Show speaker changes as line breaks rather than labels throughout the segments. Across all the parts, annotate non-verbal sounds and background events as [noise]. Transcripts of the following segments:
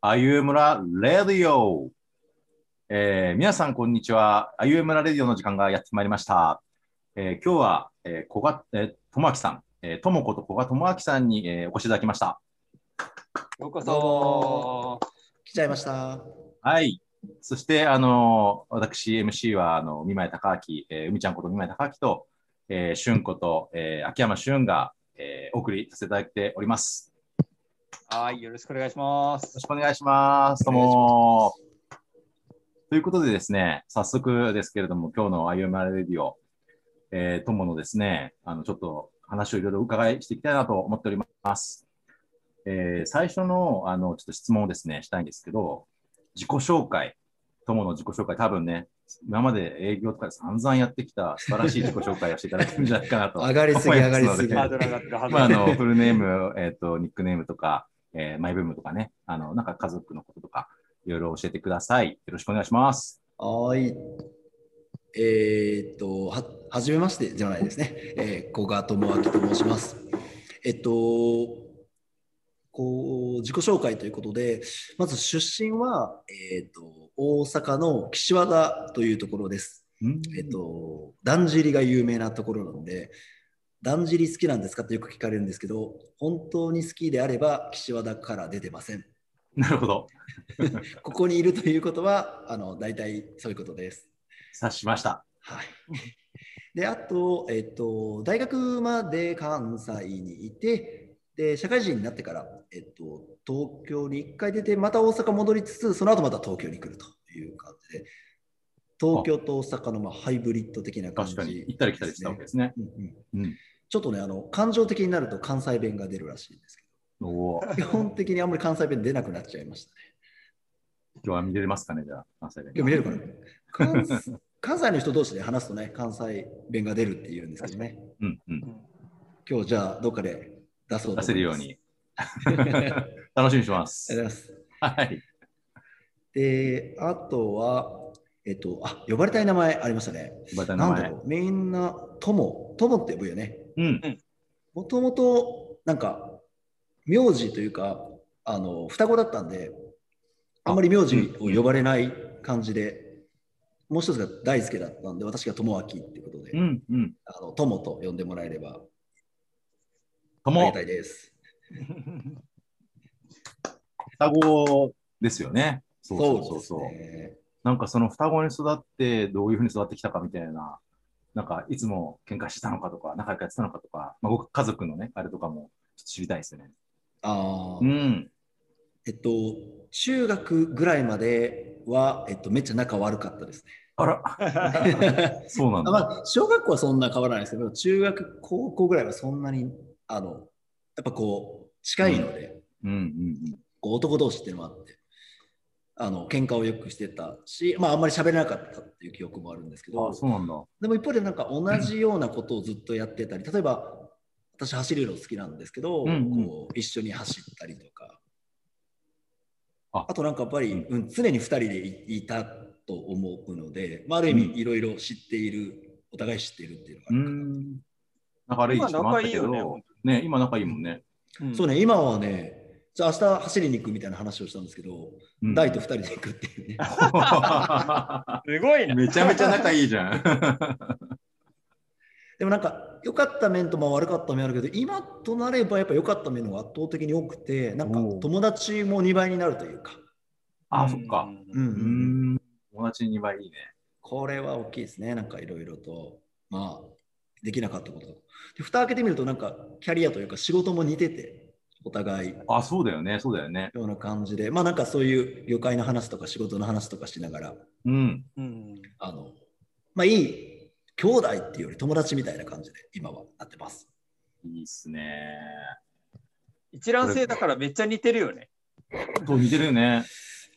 あゆむらレディオ。えー、皆さん、こんにちは。あゆむらレディオの時間がやってまいりました。えー、今日は、えー、小賀、えー、ともあきさん、えー、ともこと小賀ともあきさんに、えー、お越しいただきました。
ようこ
どう
そ
も。来ちゃいました。
はい。そして、あのー私、MC は、あの、三前隆明、えー、海ちゃんこと三前隆明と、えー、俊こと、えー、秋山俊が、えー、お送りさせていただいております。よ
はい、よろしくお願いしま
ろ
す
し。くお願いします。どうもということでですね、早速ですけれども、今日の IMR レディオ、えー、友のですね、あの、ちょっと話をいろいろ伺いしていきたいなと思っております。えー、最初の、あの、ちょっと質問をですね、したいんですけど、自己紹介、友の自己紹介、多分ね、今まで営業とかで散々やってきた素晴らしい自己紹介をしていただけるんじゃないかなと。
上がりすぎ、
思いま
上
す
がりすぎ。
の
ハ
で
ードル上がってるはず
まあ、あ [laughs] の、フルネーム、えっ、と、ニックネームとか、えーマイブームとかね、あの、なんか家族のこととか、いろいろ教えてください。よろしくお願いします。
はーい。えーっと、は、はじめましてじゃないですね。えー、古賀智明と申します。えっと、こう、自己紹介ということで、まず出身は、えーっと、大阪の岸和田というところです。
うん
えっと、だんじりが有名なところなので、だんじり好きなんですかってよく聞かれるんですけど、本当に好きであれば、岸和田から出てません。
なるほど。
ここにいるということは、あの大体そういうことです。
察しました。
はい、であと,、えっと、大学まで関西にいて、で社会人になってから、えっと、東京に1回出て、また大阪戻りつつ、その後また東京に来るという感じで、東京と大阪のまあハイブリッド的な感じ
確かに。行ったり来たりしたわけですね。
うんうん
うん。
ちょっとねあの、感情的になると関西弁が出るらしいんですけ
おお、今
ど、基本的にあんまり関西弁出なくなっちゃいました。
日は見れますかね、じゃあ、関西
いや見れるかな [laughs] 関西関西の人同士で話すとね、関西弁が出るって言うんですけどね、
うんうん。
今日じゃあどっかで出そう
出
と思います
せるよう
[laughs]
に。
ありがとうござい
楽しみにします。
ます。
はい。
で、あとは、えっと、あ呼ばれたい名前ありましたね。
また名
なんだ
前。
ろう、みんな、友、友って呼ぶよね。
うん。
もともと、なんか、名字というか、あの双子だったんで、あんまり名字を呼ばれない感じで、もう一つが大輔だったんで、私が友明っていうことで。
うんうん。
あの友と呼んでもらえれば
と
ありが
も
た、いです。
双子ですよね。そうそうそうそう。
ですね
なんかその双子に育って、どういうふうに育ってきたかみたいな、なんかいつも喧嘩してたのかとか、仲良くやってたのかとか、まあ、僕、家族のね、あれとかもちょっと知りたいですね。
あ
う
ー
ん。
えっと中学ぐらいまではえっとめっちゃ仲悪かったで
[laughs]
すね。
あら、そうなんだ。
あまあ小学校はそんな変わらないですけど中学高校ぐらいはそんなにあのやっぱこう近いので、
うんうん
こう男同士っていうのもあってあの喧嘩をよくしてたし、まあ、あんまり喋れなかったっていう記憶もあるんですけ
うん。あ
ど
そうなんだ。
でも一方でなんか同じようなことをずっとやってたり、例えば私走るの好きなんですけど、
うんうん
こう一緒に走ったりとか。
あ
あとなんかやっぱり、
う
うん、常に2人でいいたと思うので、まあ、ある意
うん
味いろいろ知っている、お互い知っているっていうのがあ
う
るかな、
ん。仲悪い時期もあったけ
今仲いい
ど
よ、
ね、今仲いいもんね。
[laughs] うん
そうね今はねじゃあ明日走りに行くみたいな話をしたんですけど、
うん [laughs]
大と2人で行くっていうね
すごいね。
めちゃめちゃ仲いいじゃん。
でもなんか良かった面とまあ悪かった面あるけど今となればやっぱ良かった面の方が圧倒的に多くてなんか
おう
友達も2倍になるというか、
[laughs] あ、そっか。
うんう
うんん。友達2倍いいね。
これは大きいですねなんかいろいろとまあできなかったこととかで蓋開けてみるとなんかキャリアというか仕事も似ててお互い
あ、そうだよね、そうだよね。
ような感じでまあなんかそういう業界の話とか仕事の話とかしながら
うん。
うん。
あのまあいい兄弟っていうより友達みたいな感じで今はなってます
いいっすね。
一卵性だからめっちゃ似てるよね。
そう、似てるよね。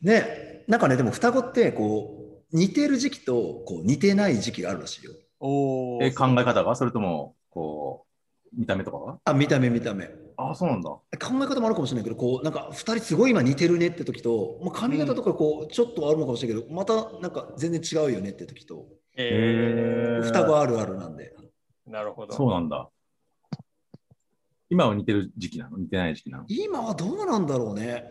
ねなんかねでも双子ってこう似てる時期とこう似てない時期があるらしいよ
おお。
え、考え方がそれとも、こう、見た目とかが
あ見た目見た目
あ、そうなんだ。
考え方もあるかもしれないけどこうなんか2人すごい今似てるねって時ともう髪型とかこうちょっとあるのかもしれないけどまたなんか全然違うよねって時と
え
へー
双子あるあるなんで
ー、なるほど。
そうなんだ。 [laughs] 今は似てる時期なの似てない時期なの
今はどうなんだろうね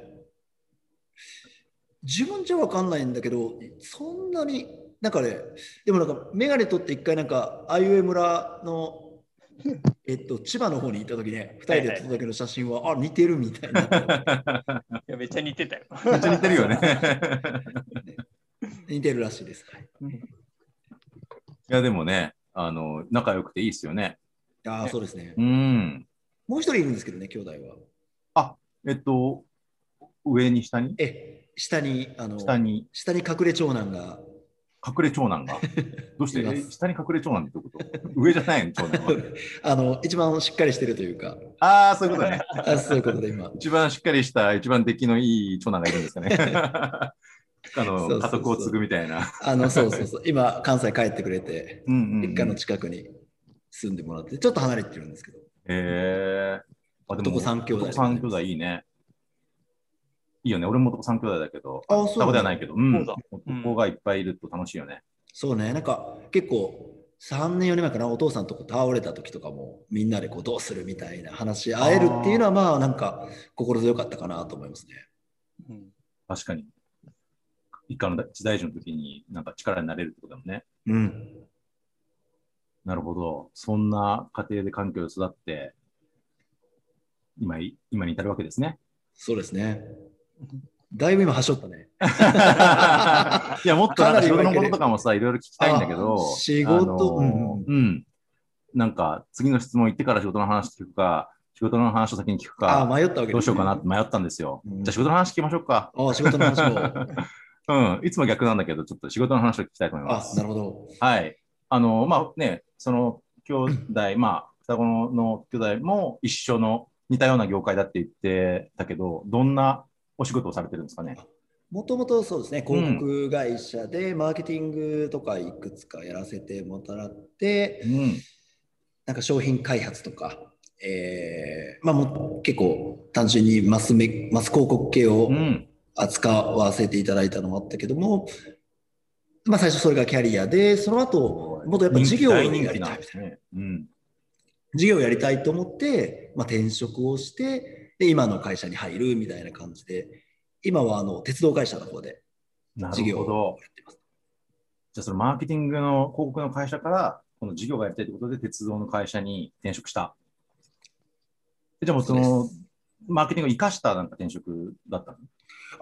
自分じゃ分かんないんだけどそんなになんかねでもなんかメガネ取って一回なんかあいうえ村のえっと千葉の方に行った時ね2人で撮った時の写真は、あ似てるみたいな
いやめっちゃ似てたよ。
めっちゃ似てるよね。
似てるらしいです、はい、
[laughs] いや、でもね、あの、仲良くていいですよね。
ああそうですね
うん。
もう一人いるんですけどね兄弟は
えっと、上に下に
え下にあの
下に
下に隠れ長男が
隠れ長 [laughs] 男が。どうして
います
え下に隠れ長男ってこと上じゃないの長男 [laughs] は。
あの一番しっかりしてるというか
ああ、そういうことね。
あそういうことで今
一番しっかりした、一番出来のいい長男がいるんです [laughs] かね。あ
そうそうそ
の
う
家族を継ぐみたいな。
あのそうそうそう今関西帰ってくれて
うんうんうん
実家の近くに住んでもらってちょっと離れてるんですけど
へえ。あでも
男三兄弟
男三兄弟いいね。いいよね。俺も男三兄弟だけど、
あそう
双子ではないけど、うん
そうだ
男がいっぱいいると楽しいよね。
そうねなんか結構3年4年前かなお父さんとこ倒れた時とかもみんなでこうどうするみたいな話し合えるっていうのはまあなんか心強かったかなと思いますね
うん
確かに。一家の時代事の時になんか力になれるってことだもんね。
うん
なるほど。そんな家庭で環境を育って、今い、今に至るわけですね。
そうですねだいぶ今はしょったね
[laughs] いや、もっとなんか仕事のこととかもさ、いろいろ聞きたいんだけど、
あ仕事
あの
うん
うん、なんか、次の質問行ってから仕事の話聞くか、仕事の話を先に聞く
ああ
か、
迷ったわけですね
どうしようかなって迷ったんですよ。
うん
じゃあ仕事の話聞きましょうか。
ああ仕事の話も
うん。いつも逆なんだけど、ちょっと仕事の話を聞きたいと思いま
あ
す。
なるほど
はい。あの、まあね、その兄弟、まあ、双子の兄弟も一緒の似たような業界だって言ってたけど、どんなお仕事をされてるんですかね。
もともとそうですね、広告会社でマーケティングとかいくつかやらせてもらって、
うん。
なんか商品開発とか、えーまあもう結構単純にマスメマス広告系を
うん。
扱わせていただいたのもあったけども、まあ最初それがキャリアで、その後、もっとやっぱ事業をや
大
り
人
たい
気
みた
ないん
な
ですね。うん。
事業をやりたいと思って、まあ、転職をして、で、今の会社に入るみたいな感じで、今はあの鉄道会社の方で
な
事
る
業
ほ
を
ど。
やってます。
じゃあ、そのマーケティングの広告の会社から、この事業がやりたいということで、鉄道の会社に転職した。じゃあ、もうそ
そう
の
です、
マーケティングを生かしたなんか転職だったの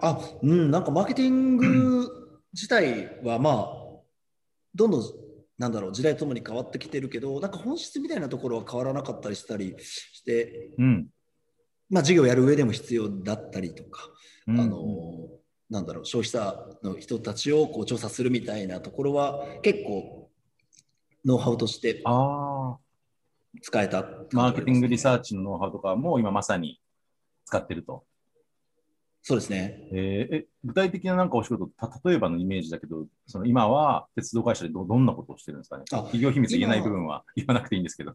あ、うん、なんかマーケティング自体はまあ、どんどん、なんだろう、時代とともに変わってきてるけど、なんか本質みたいなところは変わらなかったりしたりして、
うん。
まあ、事業やる上でも必要だったりとか、
あ
あの、なんだろう、消費者の人たちをこう調査するみたいなところは、結構、ノウハウとして
ああ。
使えた、
マーケティングリ
ーチ。
サーチのノウハウとかも今まさに使ってると。
そうですね。
えーえ具体的ななんかお仕事、た例えばのイメージだけど、その今は鉄道会社でどどんなことをしてるんですかね
あ
企業秘密言えない部分は言わなくていいんですけど。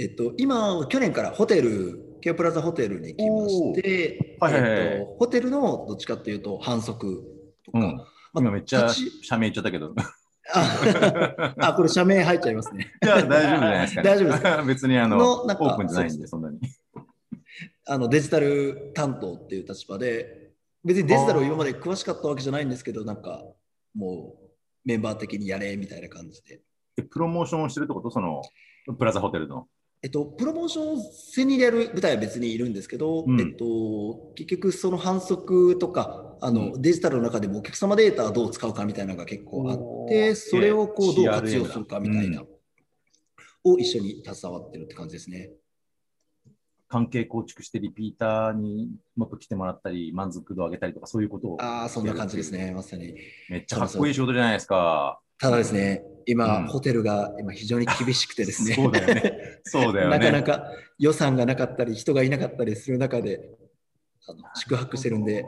えっと、今、去年からホテル、ケアプラザホテルに来まして、
おーはいはいはい
えっと、ホテルのどっちかというと、反則とか、
[laughs] うん
まあ
今めっちゃ
立ち
社名言っちゃったけ
[laughs]
ど。
あ [laughs] あ、これ、社名入っちゃいますね。
いや、大丈夫じゃないですか、ね。
大丈夫です
か [laughs] 別にあの
のなんか
オープンじゃないんで、そんなに。
あのデジタル担当っていう立場で、別にデジタルを今まで詳しかったわけじゃないんですけど、なんか、もう、メンバー的にやれみたいな感じで。
えプロモーションをしてるってことその、プラザホテルの。
えっと、プロモーション戦にやる舞台は別にいるんですけど、
うん
えっと、結局その反則とかあの、
う
デジタルの中でもお客様データをどう使うかみたいなのが結構あって
おー
それをこうどう
CRM
活用するかみたいな、
う
を一緒に携わってるって感じですね。
関係構築してリピーターにもっと来てもらったり、満足度を上げたりとか、そういうことを。
ああそんな感じですねまさに。
めっちゃかっこいい仕事じゃないですか。
ただですね今、
うん
ホテルが今非常に厳しくてですね
そうだよ
[laughs]
ね。そうだよね。
なかなか予算がなかったり人がいなかったりする中であの宿泊してるんで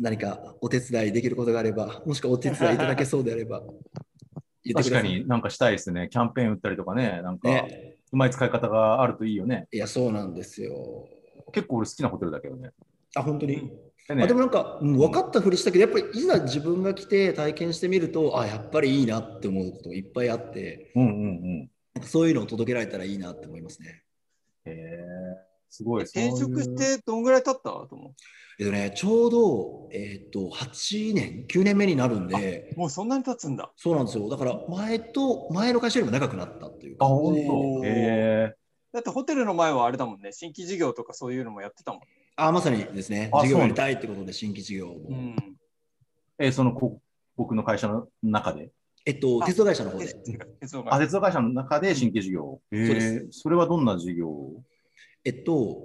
何かお手伝いできることがあればもしくはお手伝いいただけそうであれば言っ
確
てくだ
か
さい。
になんかしたいですね。キャンペーン打ったりとかね、なんか、
ね、
うまい使い方があるといいよね。
いやそうなんですよ。
結構俺好きなホテルだけどね。
あ本当に、
でね
あでもなんか、うん分かったふりしたけどやっぱりいざ自分が来て体験してみるとあやっぱりいいなって思うことがいっぱいあって
うんうんうん。
なんかそういうのを届けられたらいいなって思いますね。
へえすごい。そういう
転職してどんぐらい経ったと思
えっとね、ちょうど、えっと、8年、9年目になるんで
う。、もうそんなに経つんだ。
そうなんですよ。だから、前と、前の会社よりも長くなったっていう
あ、
感
本
じで。
当。へえ。
だってホテルの前はあれだもんね、新規事業とかそういうのもやってたもん。
あ、まさにですね、
あ
事
そう
業や
なん
り
だ
たいってことで、新規事業も。
うん。
え、その、こ僕の会社の中で。
えっと、
あ
鉄道会社の方
え
で。
鉄道
あ、
が
鉄道会社の中で新規事業。へ
そうで
え。それはどんな事業
えっと、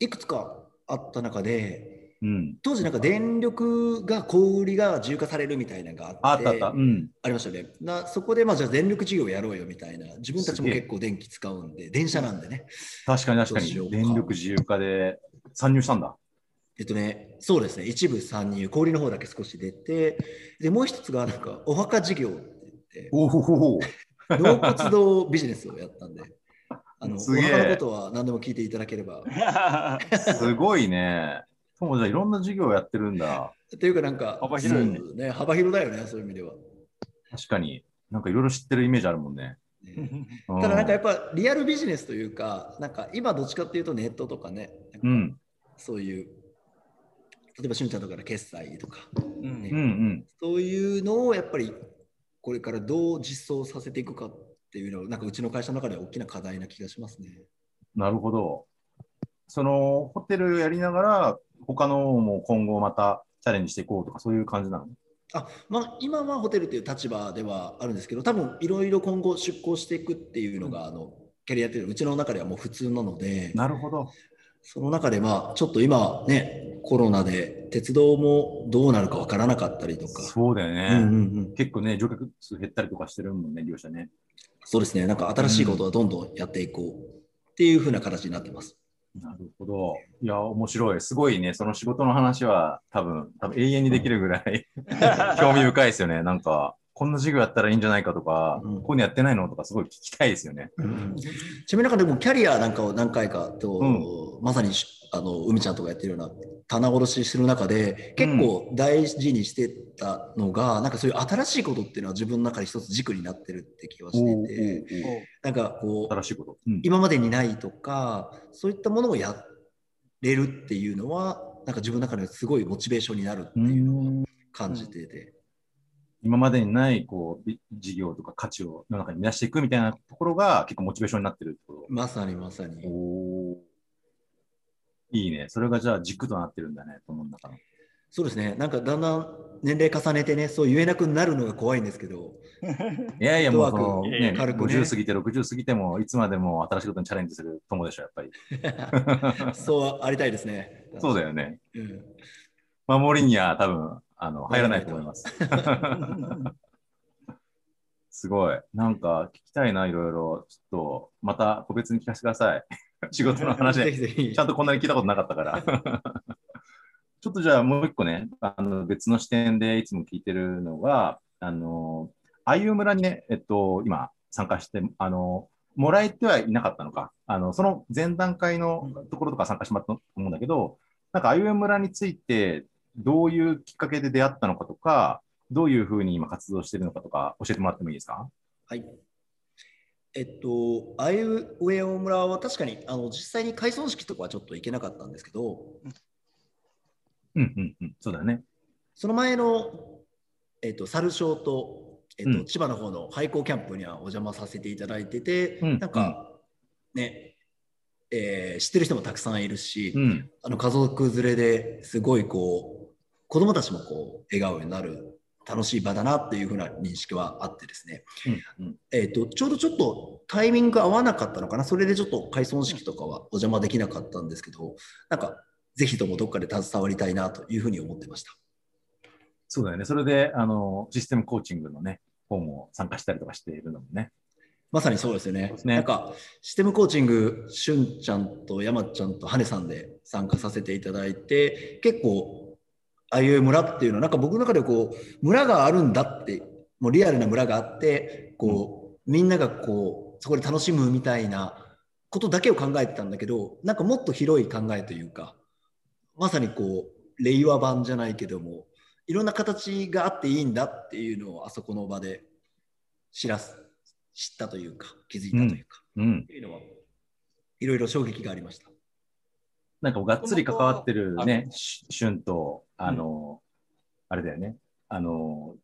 いくつかあった中で、
うん。
当時なんか電力が小売りが自由化されるみたいなのがあ
あ
っ、
ってたあった。うん。
ありましたよね。なそこで、まあ、じゃあ電力事業やろうよみたいな、自分たち
す
も
げえ
結構電気使うんで、電車なんでね。
確かに確か
どうしよう
に。
か
電力自由化で参入したんだ。
えっとね、そうですね、一部参入、氷の方だけ少し出て、で、もう一つが、なんか、お墓事業って
おおほほほ。
[laughs] 言って、納骨堂ビジネスをやったんで、 [laughs] あの、お
すげえ
墓のことは何でも聞いていただければ。
すごいね。ともじゃあいろんな事業やってるんだ。
っていうか、なんか、
幅広
いね
そうね。幅広だよね、そういう意味では。
確かに。なんかいろいろ知ってるイメージあるもんね。
[laughs]
ね
うん
ただ、なんかやっぱ、リアルビジネスというか、なんか、今どっちかっていうと、ネットとかね、なん
う
か
ん。
そういう、例えば、しゅんちゃんとかの決済とか、
うん
うんうん。
そういうのをやっぱりこれからどう実装させていくかっていうのは、なんかうちの会社の中では大きな課題な気がしますね。
なるほど。そのホテルやりながら、他のも今後またチャレンジしていこうとか、そういう感じなの
あまあ、今はホテルという立場ではあるんですけど、多分いろいろ今後出向していくっていうのが、あのキャリアというのはうちの中ではもう普通なので、
なるほど。
その中でまあちょっと今ね、コロナで鉄道もどうなるかわからなかったりとか、
そうだよね。
うんうんうん、
結構ね、乗客数減ったりとかしてるもんね、利用者ね。
そうですね、なんか新しいことはどんどんやっていこうっていうふうな形になってます。
なるほど。いや、面白い。すごいね。その仕事の話は多分、多分永遠にできるぐらい [laughs] 興
[laughs]
味深いですよね。なんか、こんな授業やったらいいんじゃないかとか、
うん
こういうのやってないのとか、すごい聞きたいですよね。
ちなみになんかでもキャリアなんかを何回かと、
う
まさにしあの海ちゃんとかやってるような棚卸ししてる中で結構大事にしてたのが、なんかそういう新しいことっていうのは自分の中で一つ軸になってるって気はしていて
おうおう
なんかこ
おう
う
新しいこと。うん
今までにないとかそういったものをやれるっていうのはなんか自分の中ですごいモチベーションになるっていうのは感じてて、
今までにないこうび事業とか価値を世の中に生み出していくみたいなところが結構モチベーションになってるってこ
まさにまさに。
と。おーいいね。それがじゃあ軸となってるんだね、と思うんだから。
そうですね、なんかだんだん年齢重ねてね、そう言えなくなるのが怖いんですけど、
いやいや、もうその、
フットワーク
ね、
軽くね
50過ぎて60過ぎても、いつまでも新しいことにチャレンジする友でしょ、やっぱり。
そうありたいですね。
そうだよね。
うん
守りには多分、あの、入らないと思います。
[laughs]
すごい。なんか聞きたいな、いろいろ。ちょっと、また個別に聞かせてください。仕事の話
ぜひぜひ
ちゃんとこんなに聞いたことなかったから。 [laughs] ちょっとじゃあもう一個ね、あの別の視点でいつも聞いてるのが、あの、あゆ村にね、えっと、今参加して、あの、もらえてはいなかったのか。あの、その前段階のところとか参加してもらったと思うんだけど、なんかあゆ村について、どういうきっかけで出会ったのかとか、どういうふうに今活動してるのかとか、教えてもらってもいいですか
はい。えっと、あいう上尾村は確かにあの実際に開村式とかはちょっと行けなかったんですけど、
うんうんうん。そうだよね。
その前の、えっと、猿小と、えっと
うん
千葉の方の廃校キャンプにはお邪魔させていただいてて、
うん
なんか、ね、えー知ってる人もたくさんいるし、
うん。
あの家族連れですごいこう子供たちもこう笑顔になる楽しい場だなっていうふうな認識はあってですね、
うんうん。
えー、とちょうどちょっとタイミングが合わなかったのかなそれでちょっと開村式とかはお邪魔できなかったんですけどなんかぜひともどっかで携わりたいなというふうに思ってました
そうだよね。それで、あの、システムコーチングのね、方も参加したりとかしているのもね。
まさにそうですよね
ですね
なんかシステムコーチングしゅんちゃんと山ちゃんと羽根さんで参加させていただいて結構ああいう村っていうのはなんか僕の中でこう村があるんだってもうリアルな村があってこう、みんながこうそこで楽しむみたいなことだけを考えてたんだけどなんかもっと広い考えというかまさにこう令和版じゃないけどもいろんな形があっていいんだっていうのをあそこの場で知らす知ったというか気づいたというか、
うん。
っていうのはいろいろ衝撃がありました。
なんかこうがっつり関わってる
元々あ
ね、し春と、あの、あれだよね、あの、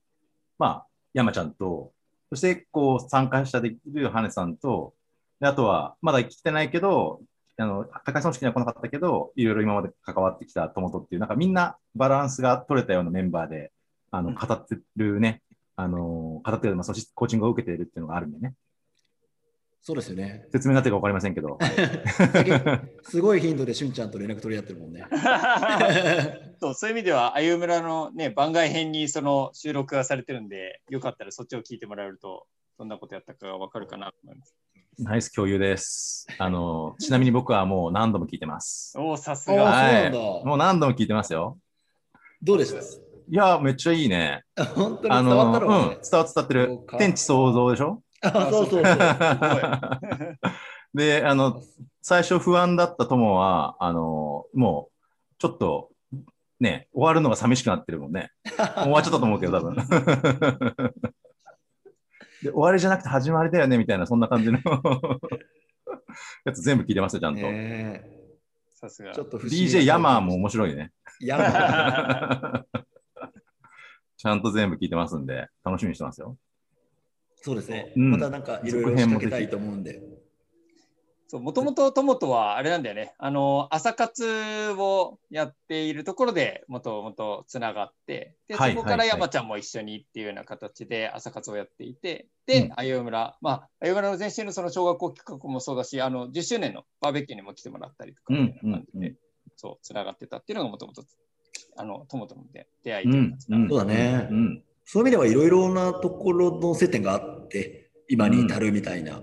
まあ、山ちゃんと、そしてこう参加したできる羽根さんと、であとは、まだ来てないけど、あの、高橋さんの式には来なかったけど、いろいろ今まで関わってきた友とっていう、なんかみんなバランスが取れたようなメンバーで、あ
う
の、
ん
語ってるね、あの、語ってる、まあ、そのコーチングを受けているっていうのがあるんでね。
そうですよね。
説明になってるか分かりませんけど。
すごい頻度でしゅんちゃんと連絡取り合ってるもん
[laughs]
ね。
そうそういう意味では、あゆむらの、ね、番外編にその収録がされてるんで、よかったらそっちを聞いてもらえると、どんなことやったかがわかるかなと思います。
ナイス共有です。あの、ちなみに僕はもう何度も聞いてます。
おお、さす
[laughs] おー
が。
はい
そうなんだ
もう何度も聞いてますよ。
どうでした
いや、めっちゃいいね。
本当に
あ
伝わったろう
の、うん、
ね
伝。わって伝わってる
そうか。
天地創造でしょ
あそうそう
[laughs]
そう。
で、あの、最初不安だった友は、あの、もう、ちょっと、ね、終わるのが寂しくなってるもんね。終わっちゃったと思うけど、多分。で、終わりじゃなくて始まりだよね、みたいな、そんな感じのやつ全部聞いてますよ、ちゃんと。
ね
さす
え
が
ちょ。っと不思議な
DJ ヤマーも面白いね。
ヤマー
ちゃんと全部聞いてますんで、楽しみにしてますよ。
そうですね。
うん
またなんかいろいろ仕掛けたいと思うんで。
そう、もともと友とはあれなんだよね。あの、朝活をやっているところで、もともとつながって、で、
はい
そこから
はいはい
山ちゃんも一緒にっていうような形で朝活をやっていて、
う
で
ん、
あゆむら、まあ、あゆむらの前身のその小学校企画もそうだし、あの、10周年のバーベキューにも来てもらったりとか、
う
み
ん
たい、
う
なん感、じでそう、つながってたっていうのがもともと、あの、友との出出会いと
う
いうん感じ。
う。
なんんで
そうだね
うん。
そういう意味ではいろいろなところの接点があって、今に至るみたいな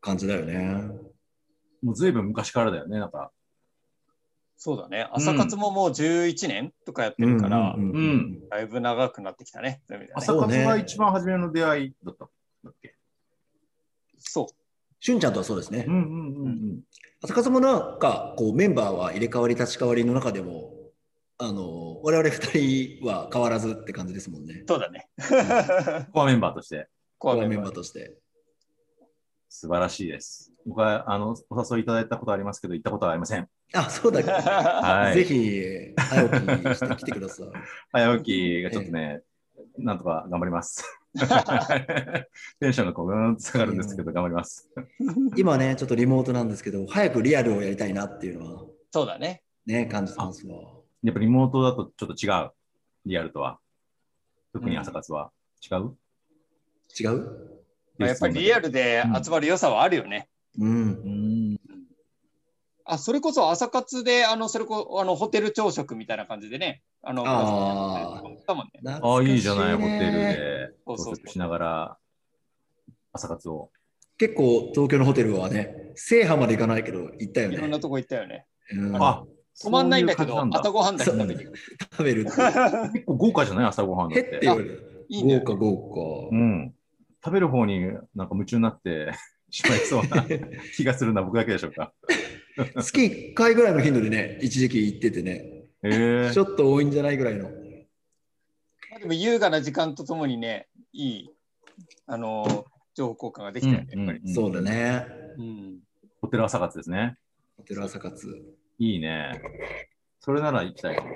感じだよね。
もうずいぶん昔からだよね、なんか。
そうだね。朝活ももう11年とかやってるから、
うんうんうん
うん
だいぶ長くなってきたね。そういう意味ではね
朝活が一番初めの出会いだったんだっけ。
そう。
しゅんちゃんとはそうですね。
んうんうんうん。
朝活もなんかこうメンバーは入れ替わり立ち替わりの中でも、あの我々二人は変わらずって感じですもんね。
そうだね。 [laughs]
コアメンバーとして
コアメン
メ
バ
ン
ー
バーとして。
素晴らしいです。僕はあのお誘いいただいたことありますけど、行ったことはありません。
あ、そうだっけ。
はい。
ぜひ、早起きしてきてください。
早起きがちょっとね、なんとか頑張ります。 [laughs] テンションがこう、うーんと下がるんですけど、頑張ります。
今ね、ちょっとリモートなんですけど、早くリアルをやりたいなっていうのは
[laughs] そうだね。
ね、感じてますわ。
やっぱリモートだとちょっと違う。リアルとは。特に朝活は。違う
違う
まあ、やっぱりリア。ルで集まる良さはあるよね。
うん。
うん。
あそれこそ朝活で、あのそれこあのホテル朝食みたいな感じでね。あのク
あー
ラスでやったもんね。
ああ、いいじゃない、ホ
懐かし
テ
ね
ルで。
そうそ
朝
う
食しながら、朝活を。
結構、東京のホテルはね、制覇まで行かないけど、行ったよ
いろんな
ね。
とこ行ったよね。
うん
あ、
止まんないんだけ
そう
ど、
う感じなんだ
朝ごはんだけ食べに行く。
食
[laughs]
べるって。
結構豪華じゃない朝ごはんだ
へ
っ
ってて。より
いいんだよ
豪
ね
華豪
う
華。
ん。食べる方になんか夢中になって [laughs] しまいそうな気がするのは僕だけでしょうか。
月1回ぐらいの頻度でね、一時期行っててね、
へえ
ちょっと多いんじゃないぐらいの。
まあでも優雅な時間とともにね、いいあの情報交換ができたよね。やっぱり。
そうだ。ね。
うん
ホテル朝活ですね。
ホテル朝活。
いいね。それなら行きたいかも。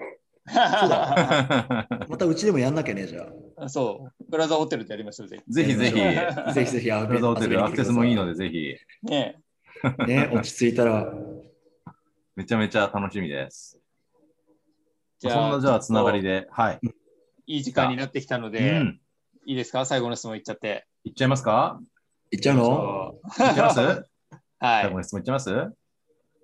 [laughs]
またうちでもやんなきゃね、じゃ
そう、ブラザーホテルでやりましょうぜ
ぜひぜひ、ブ
あ。ぜひぜひ、あ
ラザーホテルアクセスもいいので、ぜひ、
ひ。ね
で。ね、落ち着いたら。
めちゃめちゃ楽しみです。
じ
そ
ゃ
ん
あ
な、じゃあ、つながりで、はい。
いい時間になってきたの
う
で、
ん。
いいですか最後の質問いっちゃって。
行っちゃいますか
行っちゃうの
そ
行っちゃいます
うは
最
い
後。の質問行っちゃいます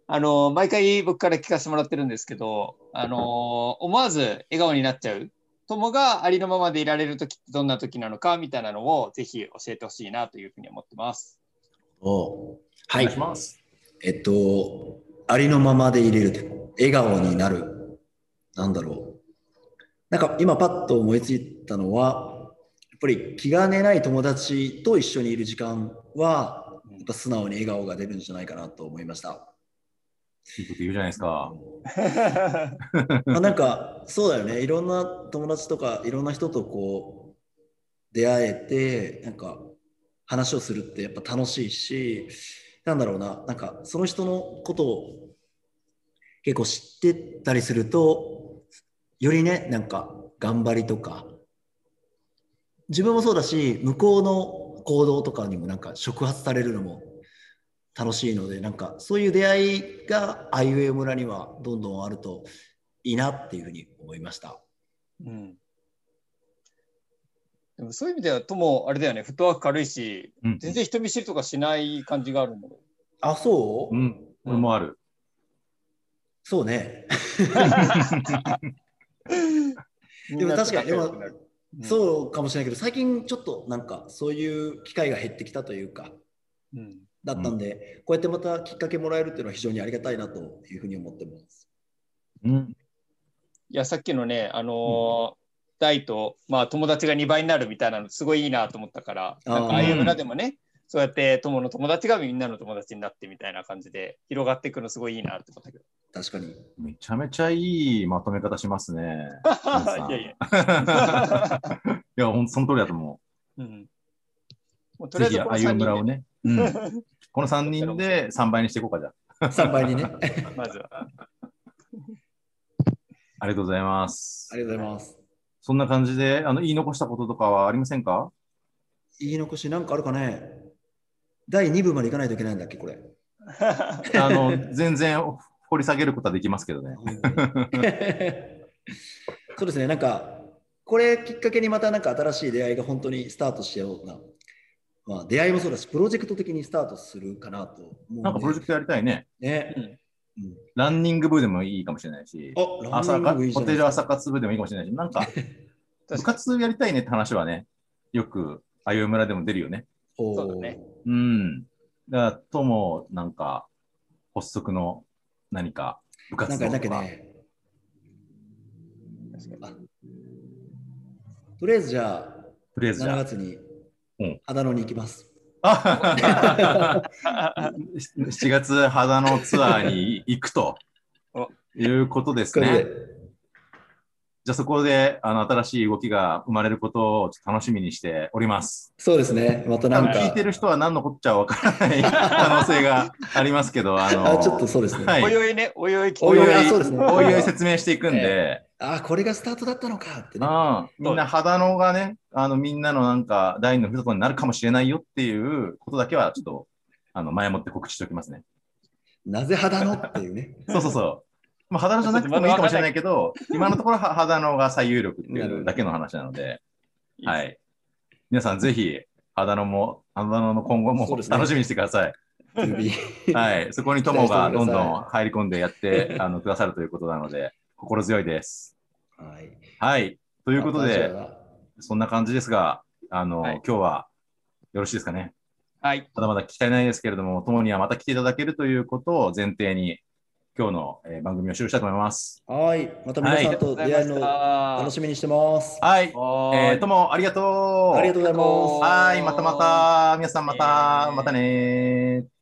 あの、毎回僕から聞かせてもらってるんですけど、あの、思わず笑顔になっちゃう。友がありのままでいられるときってどんなときなのかみたいなのをぜひ教えてほしいなというふうに思って [laughs] ます。
お
お
は
願
い
いし。ます。
えっと、ありのままで入れると、笑顔になる。なんだろう。なんか今パッと思いついたのは、やっぱり気兼ねない友達と一緒にいる時間は、やっぱ素直に笑顔が出るんじゃないかなと思いました。
いいこと言うじゃないですか。
まあなんかそうだよねいろんな友達とかいろんな人とこう出会えてなんか話をするってやっぱ楽しいしなんだろうななんかその人のことを結構知ってたりするとよりねなんか頑張りとか自分もそうだし向こうの行動とかにもなんか触発されるのも楽しいのでなんかそういう出会いがあいうえお村にはどんどんあるといいなっていうふうに思いました。
うんでもそういう意味では、とも、あれだよね、フットワーク軽いし、
うん、
全然人見知りとかしない感じがあるんだけど。
あそううん
これもある。
そうね。
で
でも確かにでも、
う
そうかもしれないけど最近ちょっとなんかそういう機会が減ってきたというか
ん。うん
だったんで、こうやってまたきっかけもらえるっていうのは非常にありがたいなというふうに思ってます。
うん、
いや、さっきのね、あのー大と、まあ、友達が2倍になるみたいなの、すごいいいなと思ったから、
あー
なんか、ああいう村でもね、そうやって友の友達がみんなの友達になってみたいな感じで、広がっていくの、すごいいいなって思ったけど。
確かに。
めちゃめちゃいいまとめ方しますね。
[laughs] いやいや。
[laughs] いや、ほんとその通りだと思
[laughs] うん。もう
う。
とり
ぜ
あえ
ひ、
ずこの
あゆむ
3人で
らをね、うんこの3人で3倍にしていこうか、じゃあ。
3倍 [laughs] にね。あり
まずは。
ありがとうございます。
がとうございます。
そんな感じで、あの、言い残したこととかはありませんか
言い残しなんかあるかね第2部まで行かないといけないんだっけこれ。
あの、全然掘り下げることはできますけどね。
[laughs] そうですね、なんか、これきっかけにまたなんか新しい出会いが本当にスタートしような、まあ、出会いもそうだし、プロジェクト的にスタートするかなと思うで
なんかプロジェクトやりたいね。
ね。
ランニング部でもいいかもしれないし、
あ、ランニ
朝
ング
か
部いいじ
ホ
ゃな
テ
い
ル朝活部でもいいかもしれないし、なんか、部活やりたいねって話はね、よく、あゆむらでも出るよね。
おー
そうだね
うん。だから、とも、なんか、発足の何か、部
な
活
んか、
動
だけ
とか。
ね、
確かに
とりあえずじゃあ、
とりあえずじ
7
ゃあ
月に
うん
秦野に行きます。
あ [laughs] 7月肌のツアーに行くと
お
いうことです
これ
ね
で。
じゃあそこであの新しい動きが生まれることをちょっと楽しみにしております。
そうですね、また
多
なん
分
か、
聞いてる人は何のこっちゃわからない可能性がありますけど、あの
あちょっとそうですね。
[laughs] はい
おいおいね、おいおい聞
おいおい
あそうですね
おいおい説明していくんで、
あ、これがスタートだったのかってね。
うん、みんな肌のがね、あのみんなのなんか第二のふるさとになるかもしれないよっていうことだけはちょっとあの前もって告知しておきますね。
なぜ秦野っていうね。
そうそうそう。まあ、肌のじゃなくてもいいかもしれないけど、今のところは肌のが最有力っていうだけの話なので、
い
は。い。皆さんぜひ、肌のも、肌のの今後も
そうですね
楽しみにしてください。
指
はい。そこに友がどんど
期待してくだ
ん入り込んでやってあのくださるということなので、心強いです。
はい。
はい。と
と
いうことで、、そんな感じですが、あの、
はい
今日はよろしいですかね。
はい。
まだまだ聞き足りないですけれども、友にはまた来ていただけるということを前提に、今日のえー番組を終了したいと思います。
はい。また皆さんと出会いの楽しみにしてます。
はい。え
え
ー、ともありがとう。
ありがとうございます。
はい、またまた、皆さんまた、
えー
またねー。